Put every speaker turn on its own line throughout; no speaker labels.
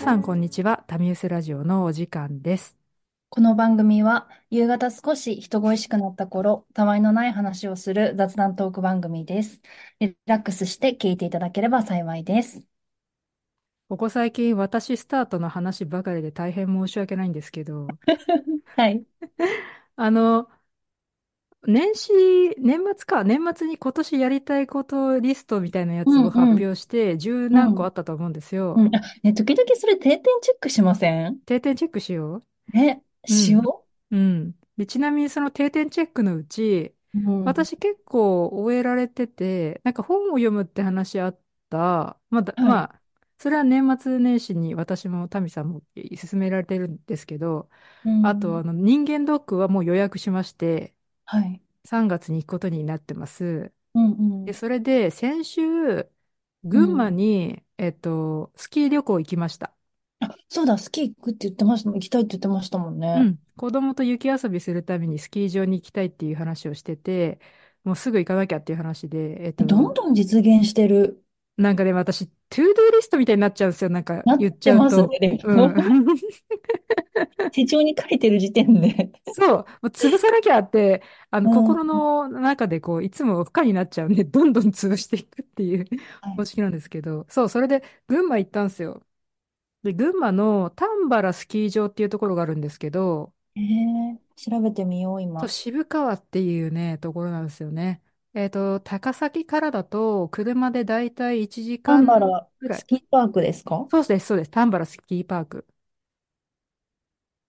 さん、こんにちは。タミウスラジオのお時間です。
この番組は夕方少し人恋しくなった頃、たわいのない話をする雑談トーク番組です。リラックスして聞いていただければ幸いです。
ここ最近、私スタートの話ばかりで大変申し訳ないんですけど、
はい。
あの、年始、年末か、年末に今年やりたいことリストみたいなや
う
つ
ん
を発
うん。
表して、十
う
何個あ
ん。
ったと思うんです
う
よ。
ん。あ、ね、時々それ定点チェックしません
定点チェックしよう。
え、
う
し
ん。
よ
うん。で、ちなみにその定点チェックのうち、
ううん。
私結構終えられてて、なんか本を読むって話あった。まだ、
はい。
まあ、それは年末年始に私もタミさんも勧められてるんですけど、
う
あとあ
ん。
の人間ドックはもう予約しまして、
はい。
3月に行くことになってます。
うんう
で、
ん。
それで先週、
う
群馬
ん。
に、えっと、スキー旅行行きました。
あ、そうだ、スキー行くって言ってました。行きたいって言ってましたもん
う
ね。
ん。子供と雪遊びするためにスキー場に行きたいっていう話をしてて、もうすぐ行かなきゃっていう話で、えっ
どん
と、
どん実現してる。
なんかね、私、トゥードゥーリストみたいになっちゃうんですよ。なんか
なっ
言っち
て
ゃう
ますね、
と。
で
う
も。
ん。
手帳に書いてる時点で
そう。もう潰さなきゃって、あ
う
の、
ん。
心の中でこう、いつも負荷になっちゃうんで、どんどん潰していくっていう
はい。
方式なんですけど。そう、それで群馬行ったんですよ。で、群馬の丹原スキー場っていうところがあるんですけど、
えー、調べてみよ
そ
う、
う、
今。
渋川っていうね、ところなんですよね。えっと、高崎からだと、車でだいたい1時
タンバ
間
ラ
ぐら
ス
い。
キーパークですか
そうです、そうです。丹原スキーパーク。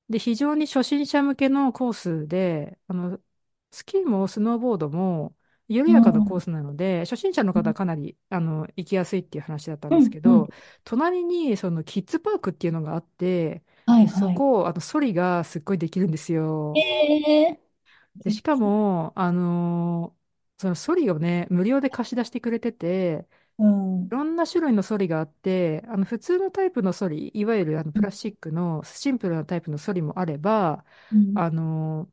で、非常に初心者向けのコースで、あの、スキーもスノーボードも緩
う。
やかなんコースなので、初心者の
う
方は
ん
かなり、あの、行きやすいっていう話だったん
う
です
ん。
け
うん
ど、隣にそのキッズパークっていうのがあって、
は
で、
い
そ
はい。
こ、あの、ソリがすっごいできるんですよ。
え
で、し
ー、
かも、あのそのソリをね、無料で貸し出してくれてて、
うん。
いろんな種類のソリがあって、あの普通のタイプのソリ、いわゆるあのプラスチックのシンプルなタイプのソリもあれば、
うん
あの、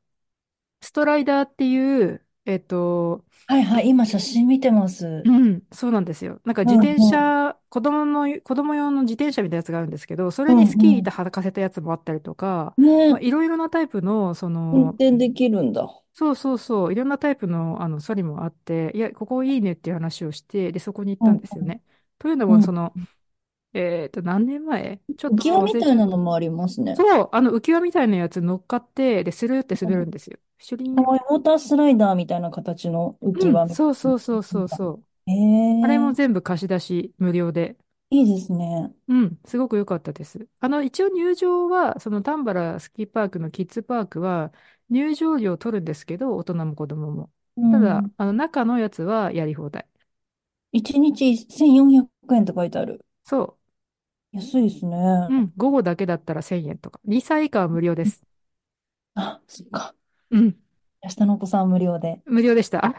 ストライダーっていう、えっと、
はいはい、今写真見てます。
うん、そうなんですよ。なんか
う
自
ん
転
うん
車、子供の、子供用の自転車みたいなやつがあるんですけど、そうれにスキー
んう
板履かせたやつもあったりとか、
ん。
まあ、
ね、
いろいろなタイプの、そ
運
の、
転できるんだ。
そうそうそう、いろんなタイプの、あの、ソリもあって、いや、ここいいねっていう話をして、で、そこに行っ
う
たん
ん
ですよね。というの
う
も、
ん。う
その、
ん
えっと、何年前ちょっ
浮
と
き輪
もう忘
み
れ
た
ちゃ
い
っ
な
た。
のもありますね。
そう、あの、浮き輪みたいなやつ乗っかって、で、スルーって
う
滑る
ん
んですよ。シュリ
か
ン。
わいい、ウォータースライダーみたいな形の浮き
うん、
輪み
そうそうそうそう
たい
そう。
な。
あれ
え
も
ー、
全部貸し出し、無料で。
いいですね。
うん、すごく良かったです。あの、一応入場は、その丹原スキーパークのキッズパークは、入場料取るんですけど、大人も子供も。
う
ただ、
ん。
あの、中のやつはやり放題。
1日1400円って書いてある。
そ
安いですね。
う。うん、午後だけだったら1000円とか。2歳以下は無料です。
あ、そっか。
うん、
明日のお子さんは無料 で。
無料でした。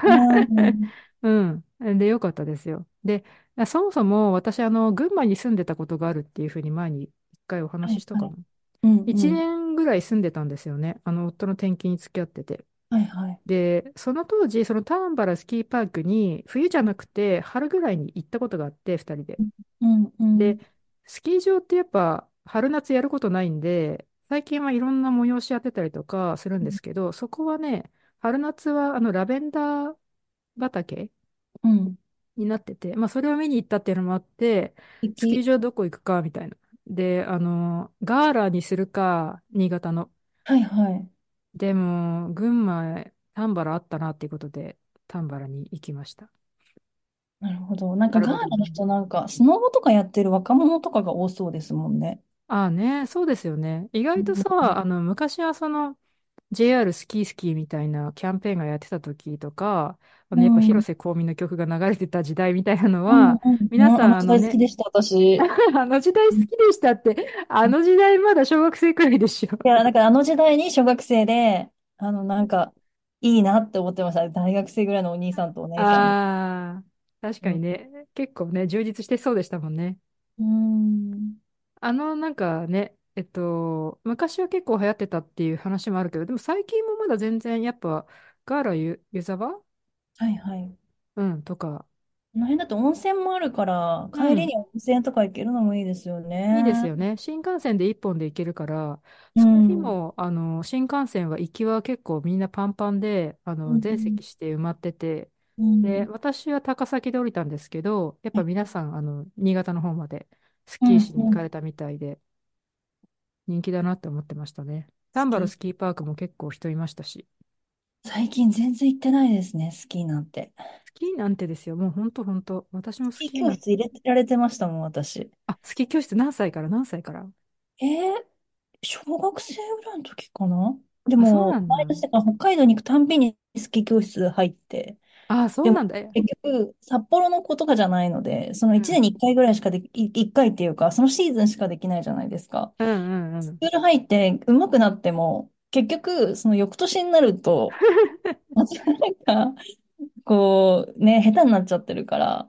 うん。
うん。で、良かったですよ。で、そもそも私、あの、群馬に住んでたことがあるっていうふうに前に一回お
は
話し
い
した
は
か
い。
な。
うん
一
うん。
年ぐらい住んでたんですよね。あの、夫の転勤に付き合ってて。
はいはい。
で、その当時、その丹原スキーパークに、冬じゃなくて、春ぐらいに行ったことがあって、二人で。
うんう
で、
ん。
スキー場ってやっぱ、春夏やることないんで、最近はいろんな催しやってたりとかするんですけど、そこはね、春夏は、あの、ラベンダー畑
うん。
になってて、まあ、それを見に行ったっていうのもあって、
素
スキー
敵。
場どこ行くか、みたいな。で、あの、ガーラにするか、新潟の。
はいはい。
でも、群馬、丹原あったなっていうことで、丹原に行きました。
なるほど。なんか
なる
ガー
ほど
ナの
ね。
人なんかスノボとかやってる若者とかが多そうですもんね。
ああね、そうですよね。意
う
外と
ん
さ、あの、昔はその、JR スキースキーみたいなキャンペーンがやってた時とか、あ
う
の、やっぱ
ん。う
広
ん
瀬香美の曲が流れてた時代みたいなの
うん
は、皆
ね、
さ
あ
ん
の
あ
時
の
代好き
ね、
でした、 私。
あの時代好
うん
きでしたって、あの時代まだ小学生くらいでしょ。
い や、だからあの時代に小学生で、あの、なんか、いいなって思ってました。大学生ぐらいのお兄さんとお姉さん。
ああ、確
う
かに
ん。
ね、結構ね、充実してそうでしたもんね。
うん
あの、なんかね、えっと、昔は結構流行ってたっていう話もあるけど、でも最近もまだ全然、やっぱ、ガーラ湯、湯沢
はいはい。
うん、とか。
この辺だと温泉もあるから、
う
帰り
ん。
に温泉とか行けるのもいいですよ
いいです
ね。
よね。新幹線で一本で行けるから、
う
その日
ん。
も、あの、新幹線は行きは結構みんなパンパンで、あ
う
の、全
ん。
席して埋まってて、
う
で、
ん。
私は高崎で降りたんですけど、やっぱ皆さん、あの、新潟の方までス
う
キー
ん。
しに
う
行か
ん
れたみたいで、人気だなって思ってましたね。
ス
丹波
キ
の
ー。
スキーパークも結構人いましたし。
最近全然行ってないですね、スキーなんて。
スキーなんてですよ。もうほんとほんと。私も
ス
ス
キー
キー
教
なん
室入れられてましたもん、私。
あ、スキー教室何歳から何歳から
えー、小学生ぐらいの時かなで
あ、そうな
も、
ん
毎
だ。
年だから北海道に行くたんびにスキー教室入って、
あ、そ
で
う
も
なんだ。え
結局、札幌の子とかじゃないので、その
う
1年
ん。
に1回ぐらいしかでき、い1回っていうか、そのシーズンしかできないじゃないですか。
うんうんう
ス
ん。
クール入って上手くなっても、結局、その翌年になる と、またなんか、こう、ね、下手になっちゃってるから、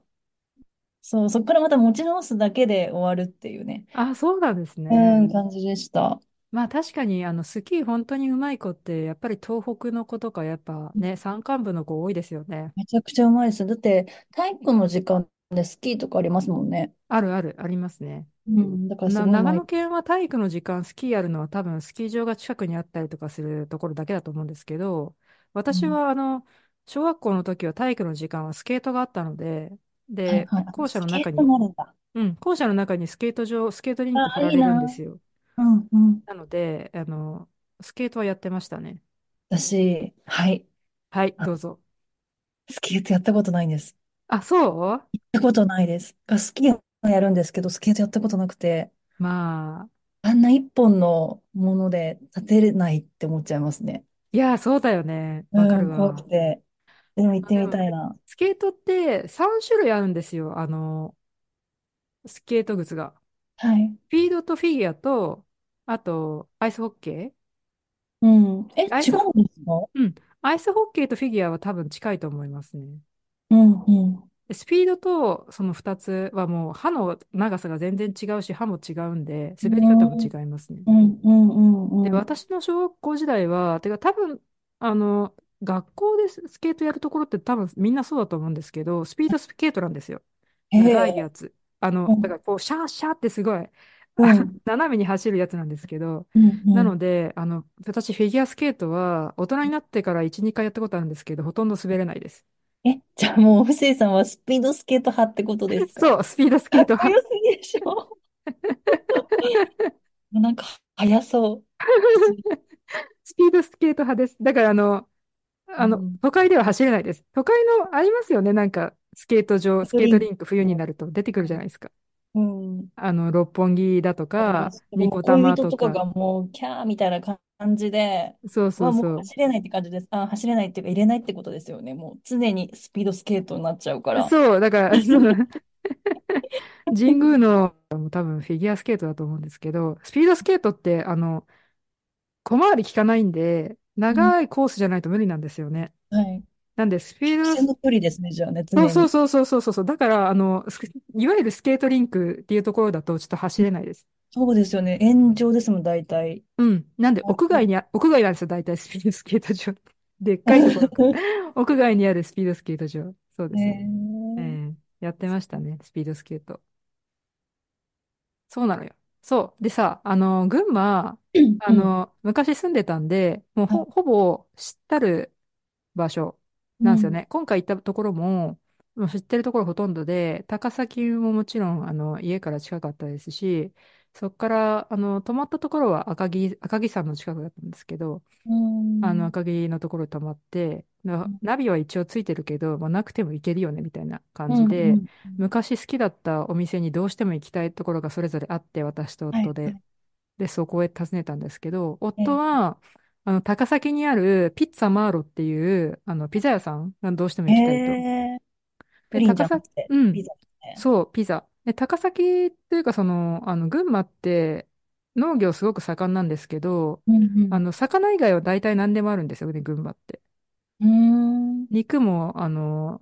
そう、そこからまた持ち直すだけで終わるっていうね、
あ、そうなんですね。
うん、感じでした。
まあ確かに、あの、スキー本当にうまい子って、やっぱり東北の子とか、やっぱね、山間部の子多いですよね。
めちゃくちゃうまいです。だって、体育の時間でスキーとかありますもんね。
あるある、ありますね。
うん、だからす
な、
ごいう
長
ま
野
い。
県は体育の時間、スキーやるのは多分スキー場が近くにあったりとかするところだけだと思うんですけど、
う
私
ん
はあの、小学校の時は体育の時間はスケートがあったので、
はい
で、
はい。あ
校舎
ス
の
ケ
中
ート
に、
もあるんだ。
うん、校舎の中にスケート場、スケートリンク
あ、
張ら
いい
れるんで
な。
すよ。
うんうん。
なので、あの、スケートはやってましたね。
私、はい。
はい、
あ
ど
の
うぞ。
スケートやったことないんです。
あ、そう
やったことないです。がスキーはやるんですけど、スケートやったことなくて、
まあ、
あんな一本のもので立てれないって思っちゃいますね。
いやー、そうだよね。わか
う
る
ん、怖く
わ。
て。でも行
あ、
って
で
み
も、
たいな。
スケートって3種類あるんですよ。あの、スケート靴が。
はい。
スピードとフィギュアと、あと、アイスホッケー
うん。え、
アイ
違
スホ、
うんですか
うん。アイスホッケーとフィギュアは多分近いと思いますね。
うんうん。
でスピードとその2つはもう刃の長さが全然違うし、刃も違うんで、
う
滑り方も違
ん
いますね。
うんうん
で、
うんうん。
私の小学校時代は、てか多分、あの、学校でススケートやるところって多分みんなそうだと思うんですけど、スピードスケートなんですよ。
へ
長いや
え。
つ。あ
う
の、だか
ん
らこう、シャーシャーってすごい、
う
あ
ん
斜めに走るやつなんですけど、
うんう
なの
ん。
で、あの、私フィギュアスケートは大人になってから1、2回やったことあるんですけど、ほとんど滑れないです。
え、じゃあもう、臼井さんはスピードスケート派ってことですか
そう、スピードスケ
か
ー
っ
ト
こ よ
派。
すぎでし ょなんか、速そう。
スピードスケート派です。だからあの、
う
あの、
ん。
都会では走れないです。都会のありますよね。なんか、スケート場、
ス
ス
ト
ケー
リ
ト
ン
リンク冬
ク
に
も。
なると出てくるじゃないですか。
うん。
あの、六本木だと
そう
か、
確かに
ニ
もう
コ
恋
玉
人
と
とか
か。
がもう、キャーみたいな感じで、
そうそう
はも
そ
う走れないって感じです。あ、走れないっていうか、入れないってことですよね。もう、常にスピードスケートになっちゃうか
う。
ら。
そう、だから、そう、神宮の多分フィギュアスケートだと思うんですけど、スピードスケートって、あの、小回り効かないんで、
うん
長いコースじゃないと無理なんですよね。
はい。
なんで、スピー
直
ド
線
ス、
の距離ですね、じゃあね、
そう
常
そう
に。
そうそうそうそう。だから、あの、スいわゆるスケートリンクっていうところだとちょっと走れないです。
そうですよね。炎上ですもん、大体。
うん。なんで、
あ
屋外にあ、屋外なんですよ。大体スピードスケート場。でっかいところか。屋外にあるスピードスケート場。そうですね。え
ね
えやってましたね。スピードスケート。そうなのよ。そう。でさ、あの、群馬、
え。
あ
うん。
の、昔住んでたんで、もう
は
ほ、
い。
ほぼ知ったる場所
う
なんですよ
ん。
ね。今回行ったところも、もう知ってるところほとんどで、高崎ももちろん、あの、家から近かったですし、そこから、あの、泊まったところは赤城、赤城山の近くだったんですけど、
う
あの、
ん。
赤城のところ泊まって、なナビは一応ついてるけど、まあ、なくても行けるよね、みたいな感
う
じ
ん。う
で、
ん
昔好きだったお店にどうしても行きたいところがそれぞれあって、私と
は
夫
い。
で。
はい
で、そこへ訪ねたんですけど、夫
え
は、あの、高崎にあるピッツァマーロっていう、あの、ピザ屋さんがどうしても
え
行きたいと。
えープ
で、
リンじ
高
ゃなく
崎、
て、
う
ピ
ん、
ザね。
そう、ピザ。で、高崎っていうか、その、あの、群馬って農業すごく盛んなんですけど、
う
あ
ん
の、魚以外は大体何でもあるんですよね、群馬って。
うん。うーん。
肉も、あの、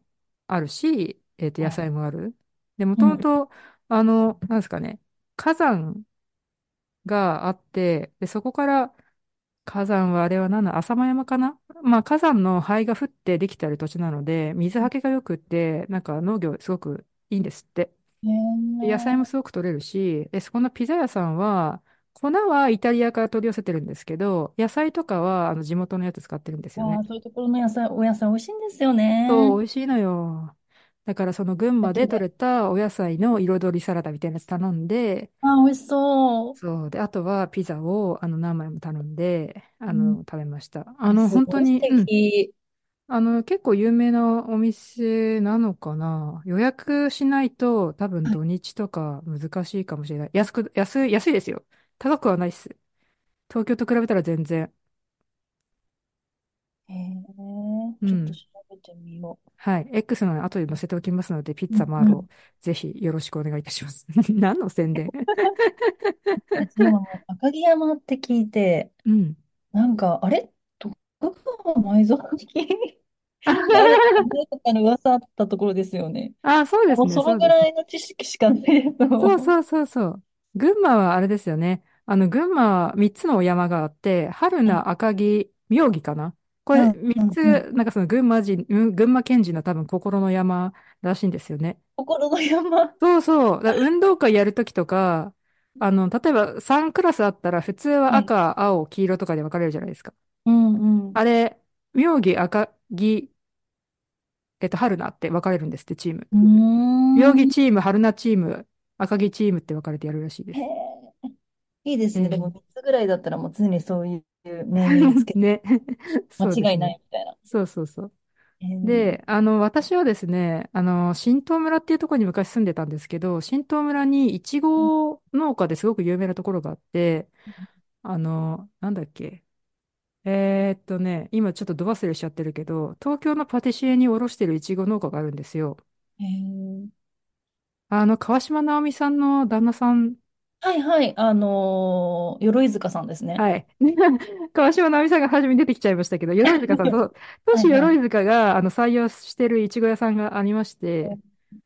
あるし、えっと、野
はい。
菜もある。で、も
う
とも
ん。
と、あの、なんですかね、火山があって、で、そこから、火山はあれは何だ、浅間山かなまあ火山の灰が降ってできてある土地なので、水はけが良くって、なんか農業すごくいいんですって。
へ
で野菜
え。
もすごく取れるし、で、そこのピザ屋さんは、粉はイタリアから取り寄せてるんですけど、野菜とかはあの地元のやつ使ってるんですよ
あ
ね。
あ、そういうところの野菜、お野菜美味しいんですよ
そう、
ね。
美味しいのよ。だからその群馬で
先で。
採れたお野菜の彩りサラダみたいなやつ頼んで、
ああ、美味しそう。
そう。で、あとはピザをあの何枚も頼んで、あ
うん、
の、食べました。あ
え
の、
す
本当
ごい
に、
素
うん。
敵。
あの、結構有名なお店なのかな。予約しないと多分
はい
土日とか難しいかもしれない。安く、安い、安いですよ。高くはないっす。東京と比べたら全然。
へえ、
う
ちょっと
ん。
調べてみよ
はい。X の後で載せておきますので、ピッ
う。う
ツァ
ん
マー
う
ロ、
ん。
ぜひよろしくお願いいたします。 何の宣伝
私もあの赤城山って聞いて、
うん。
なんか、あれ徳川埋蔵金あれかかの噂あったところですよね。
あ、そうです
もう
ね、
そ
そ
の
う
ぐ
です
ら
ね。
いの知識しかないと
そう
思う。
そうそうそう。群馬はあれですよね。あの、群馬は3つのお山があって、春
はい
名、赤城、妙義かな。こ
う
れ
ん
3
うんうん。
つ、なんかその群馬人、うん群馬県人の多分心の山らしいんですよね。
心の山。
そうそう。だ運動会やるときとか、あの、例えば3クラスあったら普通は
はい。
赤、青、黄色とかで分かれるじゃないですか。
うんうん。
あれ、妙義、赤城、えっと、春名って分かれるんですって、チーム。
うー
妙義
ん。
チーム、春名チーム、赤城チームって分かれてやるらしいで
へ
す。
え、いいで
う
すね。でも
ん。
3つぐらいだったらもう常にそういうネーミングつ けて
ね。そうで
間違
す
いな
ね。
いみたいな。
そうそうそう。
えー、
で、あの、私はですね、あの、新東村っていうところに昔住んでたんですけど、新東村にイチゴ農家ですごく有名なところがあって、あの、なんだっけ。えーっとね、今ちょっとど忘れしちゃってるけど、東京のパティシエに卸してるイチゴ農家があるんですよ。
えー、
あの、川島直美さんの旦那さん、
はいはい、あのー鎧塚さんですね。
はい。川島直美さんが初めに出てきちゃいましたけど、鎧塚さん、そう、都
は
市
いはい。
鎧塚があの採用してるいちご屋さんがありまして、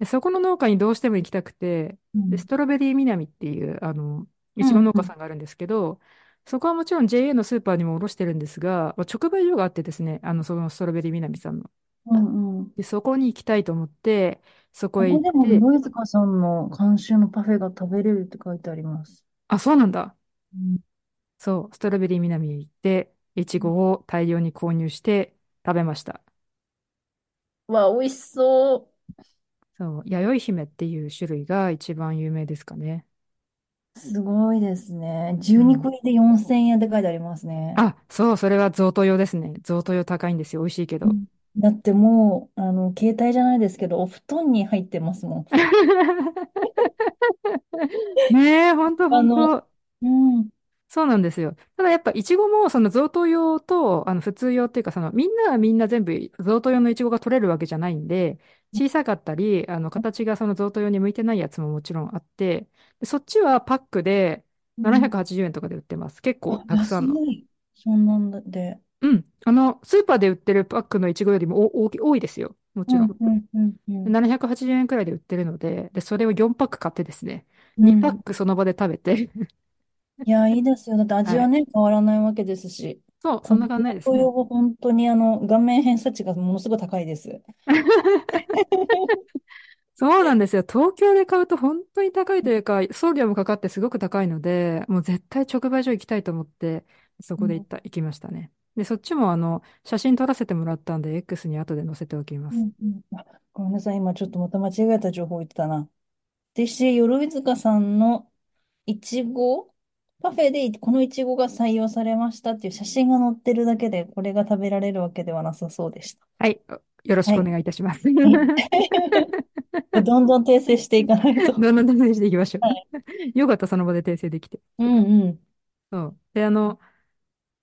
でそこの農家にどうしても行きたくて、
う
で、ス
ん、
トロベリー南っていう、あの、いうちご
ん、
農
う
家
ん。
さんがあるんですけど、そこはもちろん JA のスーパーにも卸してるんですが、まあ直売所があってですね、あの、そのストロベリー南さんの。
うんうん
で、そこに行きたいと思って、そこ
こ
へ
こ
行っ
でも
て、
鎧塚さんの監修のパフェが食べれるって書いてあります。
あ、そうなんだ。
うん
そう、ストロベリー南へ行って、いちごを大量に購入して食べました。
わあ、美味しそう。
そう、弥生姫っていう種類が一番有名ですかね。
すごいですね。
う
12個
ん。
入りで4000円って書いてありますね。
あ、そう、それは贈答用ですね。贈答用高いんですよ。美味しいけ
う
ど。
んだってもう、あの、携帯じゃないですけど、お布団に入ってますもん。
ねえ、ほんとほ
あ
ん
の、
と。
うん。
そうなんですよ。ただやっぱ、いちごも、その贈答用と、あの、普通用っていうか、その、みんなはみんな全部贈答用のいちごが取れるわけじゃないんで、小さかったり、あの、形がその贈答用に向いてないやつももちろんあって、でそっちはパックで
うん。
780円とかで売ってます。結構
あ、
たくさ
安
んの。
い。そんなんだで。
うん。あの、スーパーで売ってるパックのいちごよりもお大き多いですよ。も
う
ちろ
ん
ん。
うんうんうん。
780円くらいで売ってるので、で、それを4パック買ってですね、
う
2パッ
ん。
クその場で食べて
いや、いいですよ。だって味
は。
はいね、変わらないわけですし、
そう、そ
こ
ん
の
な感じです
紅葉
ね。
は本当にあの、顔面偏差値がものすごい高いです。
そうなんですよ。東京で買うと本当に高いというか、送料もかかってすごく高いので、もう絶対直売所行きたいと思って、そうこで行っ
ん
た、行きましたね。で、そっちもあの、写真撮らせてもらったんで、X に後で載せておきま
う
す。
んうんあ、ごめんなさい、今ちょっとまた間違えた情報言ってたな。私、鎧塚さんのいちごパフェでこのいちごが採用されましたっていう写真が載ってるだけで、これが食べられるわけではなさそうでした。
はい。よろし
は
くお
い。
願いいたします。
はいどんどん訂正していかないと。
どんどん訂正していきましょ
はい。
う。よかった、その場で訂正できて。
うんうん。
そう。で、あの、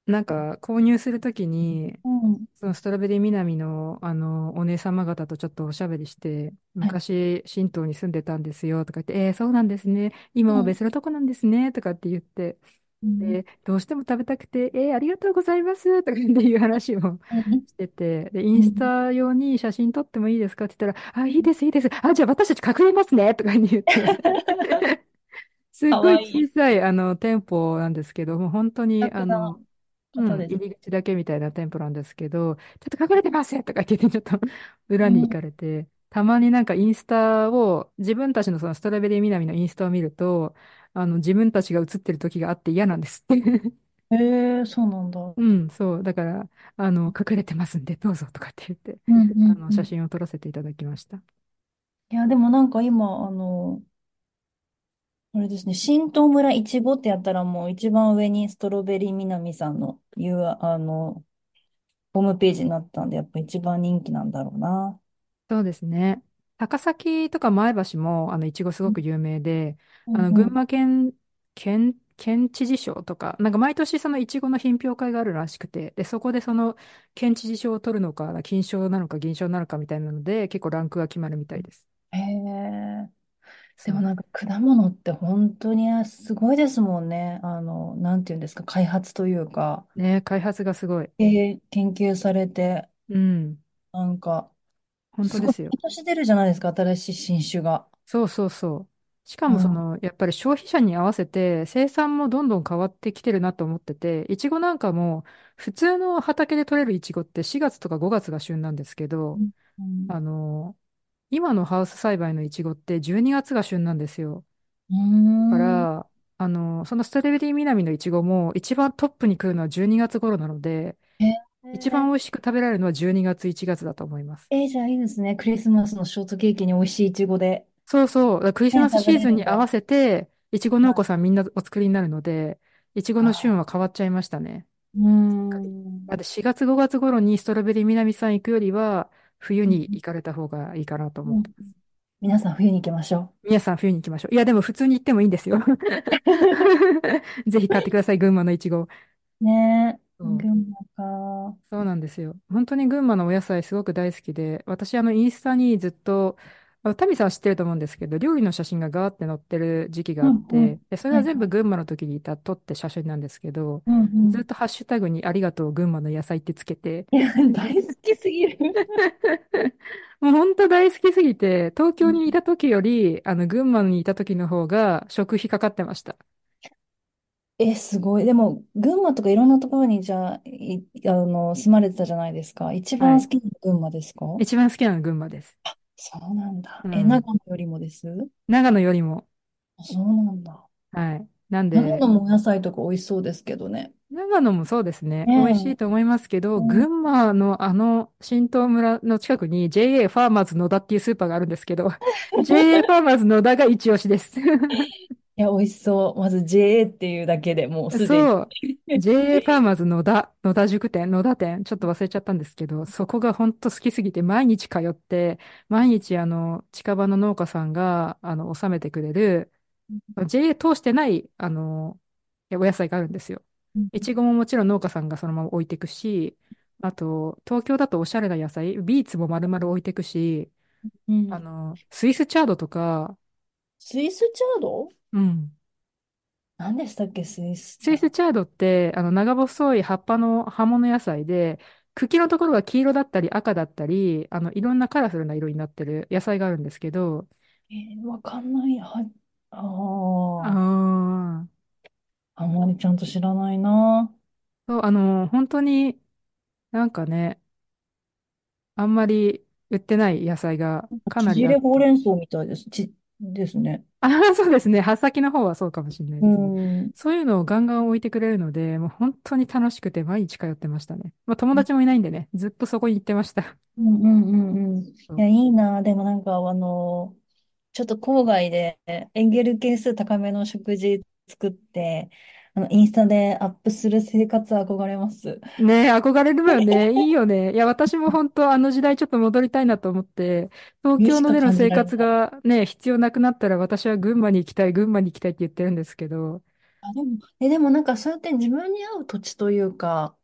なんか、購入するときに、
うん。
そのストロベリー南の、あの、お姉様方とちょっとおしゃべりして、
はい
昔、神道に住んでたんですよ、とか言って、えー、そうなんですね。今
う
は
ん。
別のとこなんですね、とかって言って、
うん
で、どうしても食べたくて、えー、ありがとうございます、とかっていう話を
うん
してて、で、イ
う
ンス
ん
タ用に写真撮ってもいいですかって言ったら、あ、いいです、いいです。あ、じゃあ私たち隠れますね、とか言って すっ
か
ごい
わいい。
小さい、あの、店舗なんですけど、もう本当に、
楽
あ
だ。
の、う
方
ん、
です
入り口だけみたいな店舗なんですけど、ちょっと隠れてますとか言って、ちょっ と裏に
ね。
行かれて、たまになんかインスタを、自分たちのそのストロベリー南のインスタを見ると、あの、自分たちが写ってる時があって嫌なんですって
うん。えー、そうなんだ。う
うん、そう。だから、あの、隠れてますんで、どうぞとかって言って、
んう
あ
ん
の、
う
写
ん。
真を撮らせていただきました。
いや、でもなんか今、あの、あれですね、新東村いちごってやったらもう一番上にストロベリーみなみさんの、いう、あの、ホームページになったんで、やっぱ一番人気なんだろうな。
そうですね。高崎とか前橋も、あの、いちごす
う
ご
ん
く有名で、
う
あの、
ん
群
うん。
馬県、県、県知事賞とか、なんか毎年そのいちごの品評会があるらしくて、で、そこでその県知事賞を取るのか、金賞なのか銀賞なのかみたいなので、結構ランクが決まるみたいです。
へえ。で
そ
も
う。
なんか果物って本当にすごいですもんね。あの、なんていうんですか、開発というか、
ね、開発がすごい。
えー研究されて、
うん。
なんか、
本当
す
で
ごい、
すよ。
毎年出るじゃないですか、新しい新種が。
そうそうそう。しか
う
もそ
ん。
の、やっぱり消費者に合わせて生産もどんどん変わってきてるなと思ってて、いちごなんかも普通の畑で取れるいちごって4月とか5月が旬なんですけ
う
ど、
んうん
あの、今のハウス栽培のいちごって12月が旬なんですよ。
う
だか
ーん
ら、あの、そのストレベリー南のいちごも一番トップに来るのは12月頃なので、
へ
一
え
番美味しく食べられるのは12月、1月だと思います。
えーじゃあいいですね。クリスマスのショートケーキに美味しいイチゴで、
そうそう。だからクリス
ね、
マス
食べ
シー
れ
ズン
る
に
ん
合わ
だ。
せて、いちご
は
農家
い
さんみんなお作りになるので、いちごの旬
あ
は変わっちゃいましたね。
ーうー
すっかりだ
ん。
って4月5月頃にストロベリー南さん行くよりは、冬
う
に
ん
行かれた方がいいかなと思
う
っ
ん
てます。
皆さん冬に行きましょ
皆さん冬に行きましょう。いや、でも普通に行ってもいいんですよ。 ぜひ買ってください、群馬のいち ご。
う。ねえ、
そう
群馬か。
そうなんですよ。本当に群馬のお野菜すごく大好きで、私あのインスタにずっと、あのタミさんは知ってると思うんですけど、料理の写真がガーって載ってる時期が
う
あっ
んうん。
て、で、それ
は
はい全
は
部
い。
群馬の時にいた撮って写真なんですけど、
うんう
ずっ
ん。
とハッシュタグにありがとう群馬の野菜ってつけて、
いや、大好きすぎる。
もう本当大好きすぎて、東
う
京
ん
にいた時より、あの群馬にいた時の方が食費かかってました。
え、すごい。でも、群馬とかいろんなところにじゃあ、い、あの、住まれてたじゃないですか。一
は
番
い。
好きな群馬ですか
一番好きなの群馬です。
そうなん
う
だ。え、
ん。
長野よりもです
長野よりも。
あそうなんだ。
はい。なん
長
で、
野もお野菜とか美味しそうですけどね。
長野もそうですね。美味しい
ね
と思いますけ
え。
ど、
うん
群馬のあの、新東村の近くに JA ファーマーズ野田っていうスーパーがあるんです けど、JA ファーマーズ野田が一押しです。
いや、美味しそう。まず JA っていうだけでもうすでに。
そう。JA ファーマーズ野田、野田塾店、野田店、ちょっと忘れちゃったんですけど、そこが本当好きすぎて、毎日通って、毎日あの、近場の農家さんが、あの、納めてくれる、JA 通してない、あの、お野菜があるんですよ。
うん
いちごももちろん農家さんがそのまま置いていくし、あと、東京だとおしゃれな野菜、ビーツも丸々置いていくし、
う
あ
ん
の、スイスチャードとか、
スイスチャード
うん。
何でしたっけ、スイス
ス
チ
イ
ャー
スチャードって、あの、長細い葉っぱの葉物野菜で、茎のところが黄色だったり赤だったり、あの、いろんなカラフルな色になってる野菜があるんですけど、
ド。えーわかんない。は、ああ、
あー
あんまりちゃんと知らないな。
そう、あの、本当になんかね、あんまり売ってない野菜がかなり
縮
あっ
れほう
て、
れん草みたいです。ち、ですね。
あ あ、そうですね。葉先の方はそうかもしれないうですね。
ん。
そういうのをガンガン置いてくれるので、もう本当に楽しくて毎日通ってましたね。まあ友達もいないんでね、ずっとそこに行ってました。
うんうんうんうん。い
そ
や、
う
いいな。でもなんか、あの、ちょっと郊外でエンゲル係数高めの食事作って、あの、インスタでアップする生活憧れます。
ねえ、憧れるわよね。いいよね。いや、私も本当あの時代ちょっと戻りたいなと思って、東
冬
京
し
の
か
での
感じ
生
られ
活
ない。
がね、必要なくなったら私は群馬に行きたい、群馬に行きたいって言ってるんですけど、
あ、でも、え、でもなんかそうやって自分に合う土地というか、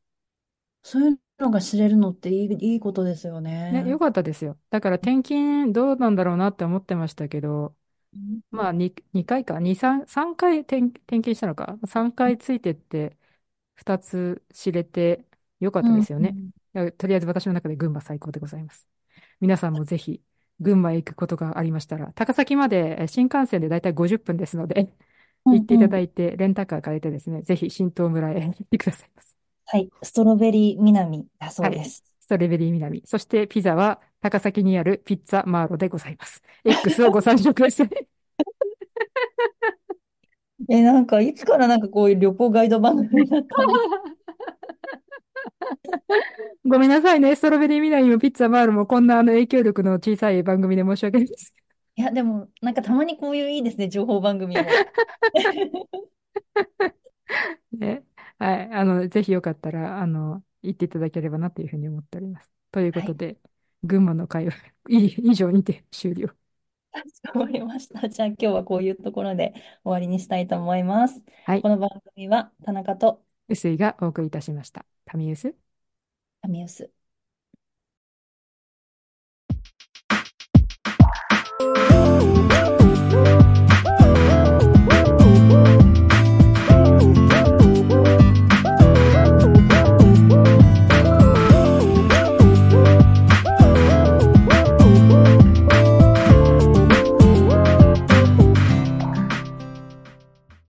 そういうのが知れるのっていい、いいことですよ
ね、よ
ね。
かったですよ。だから転勤どうなんだろうなって思ってましたけど、
うん
まあ、2、2回か、2、3、3回転、転勤したのか、3回ついてって、2つ知れてよかっ
う
たで
ん。
すよね。いやとりあえず私の中で群馬最高でございます。皆さんもぜひ、群馬へ行くことがありましたら、高崎までえ新幹線でだいたい50分ですので、
う
行っ
ん
ていた
う
だ
ん。
いて、レンタカー借りてですね、ぜひ新東村へ行ってくださいませ。
はい、ストロベリー南だそ
は
うで
い。
す。
ストレベリー南。そしてピザは高崎にあるピッツァマーロでございます。X をご参照ください。
え、なんか、いつからなんかこういう旅行ガイド番組になったんですか
ごめんなさいね。ストロベリー南もピッツァマーロもこんなあの影響力の小さい番組で申し訳ないです。
いや、でも、なんかたまにこういういいですね、情報 番組も。
ね。はい。あの、ぜひよかったら、あの、行っていただければなというふうに思っております。というこ
は
と
い、
で、群馬の会は い以上にて終了。
かしこまりました。じゃあ今日はこういうところで終わりにしたいと思います。
はい。
この番組は田中と
臼井がお送りいたしました。タミウス
タミウス。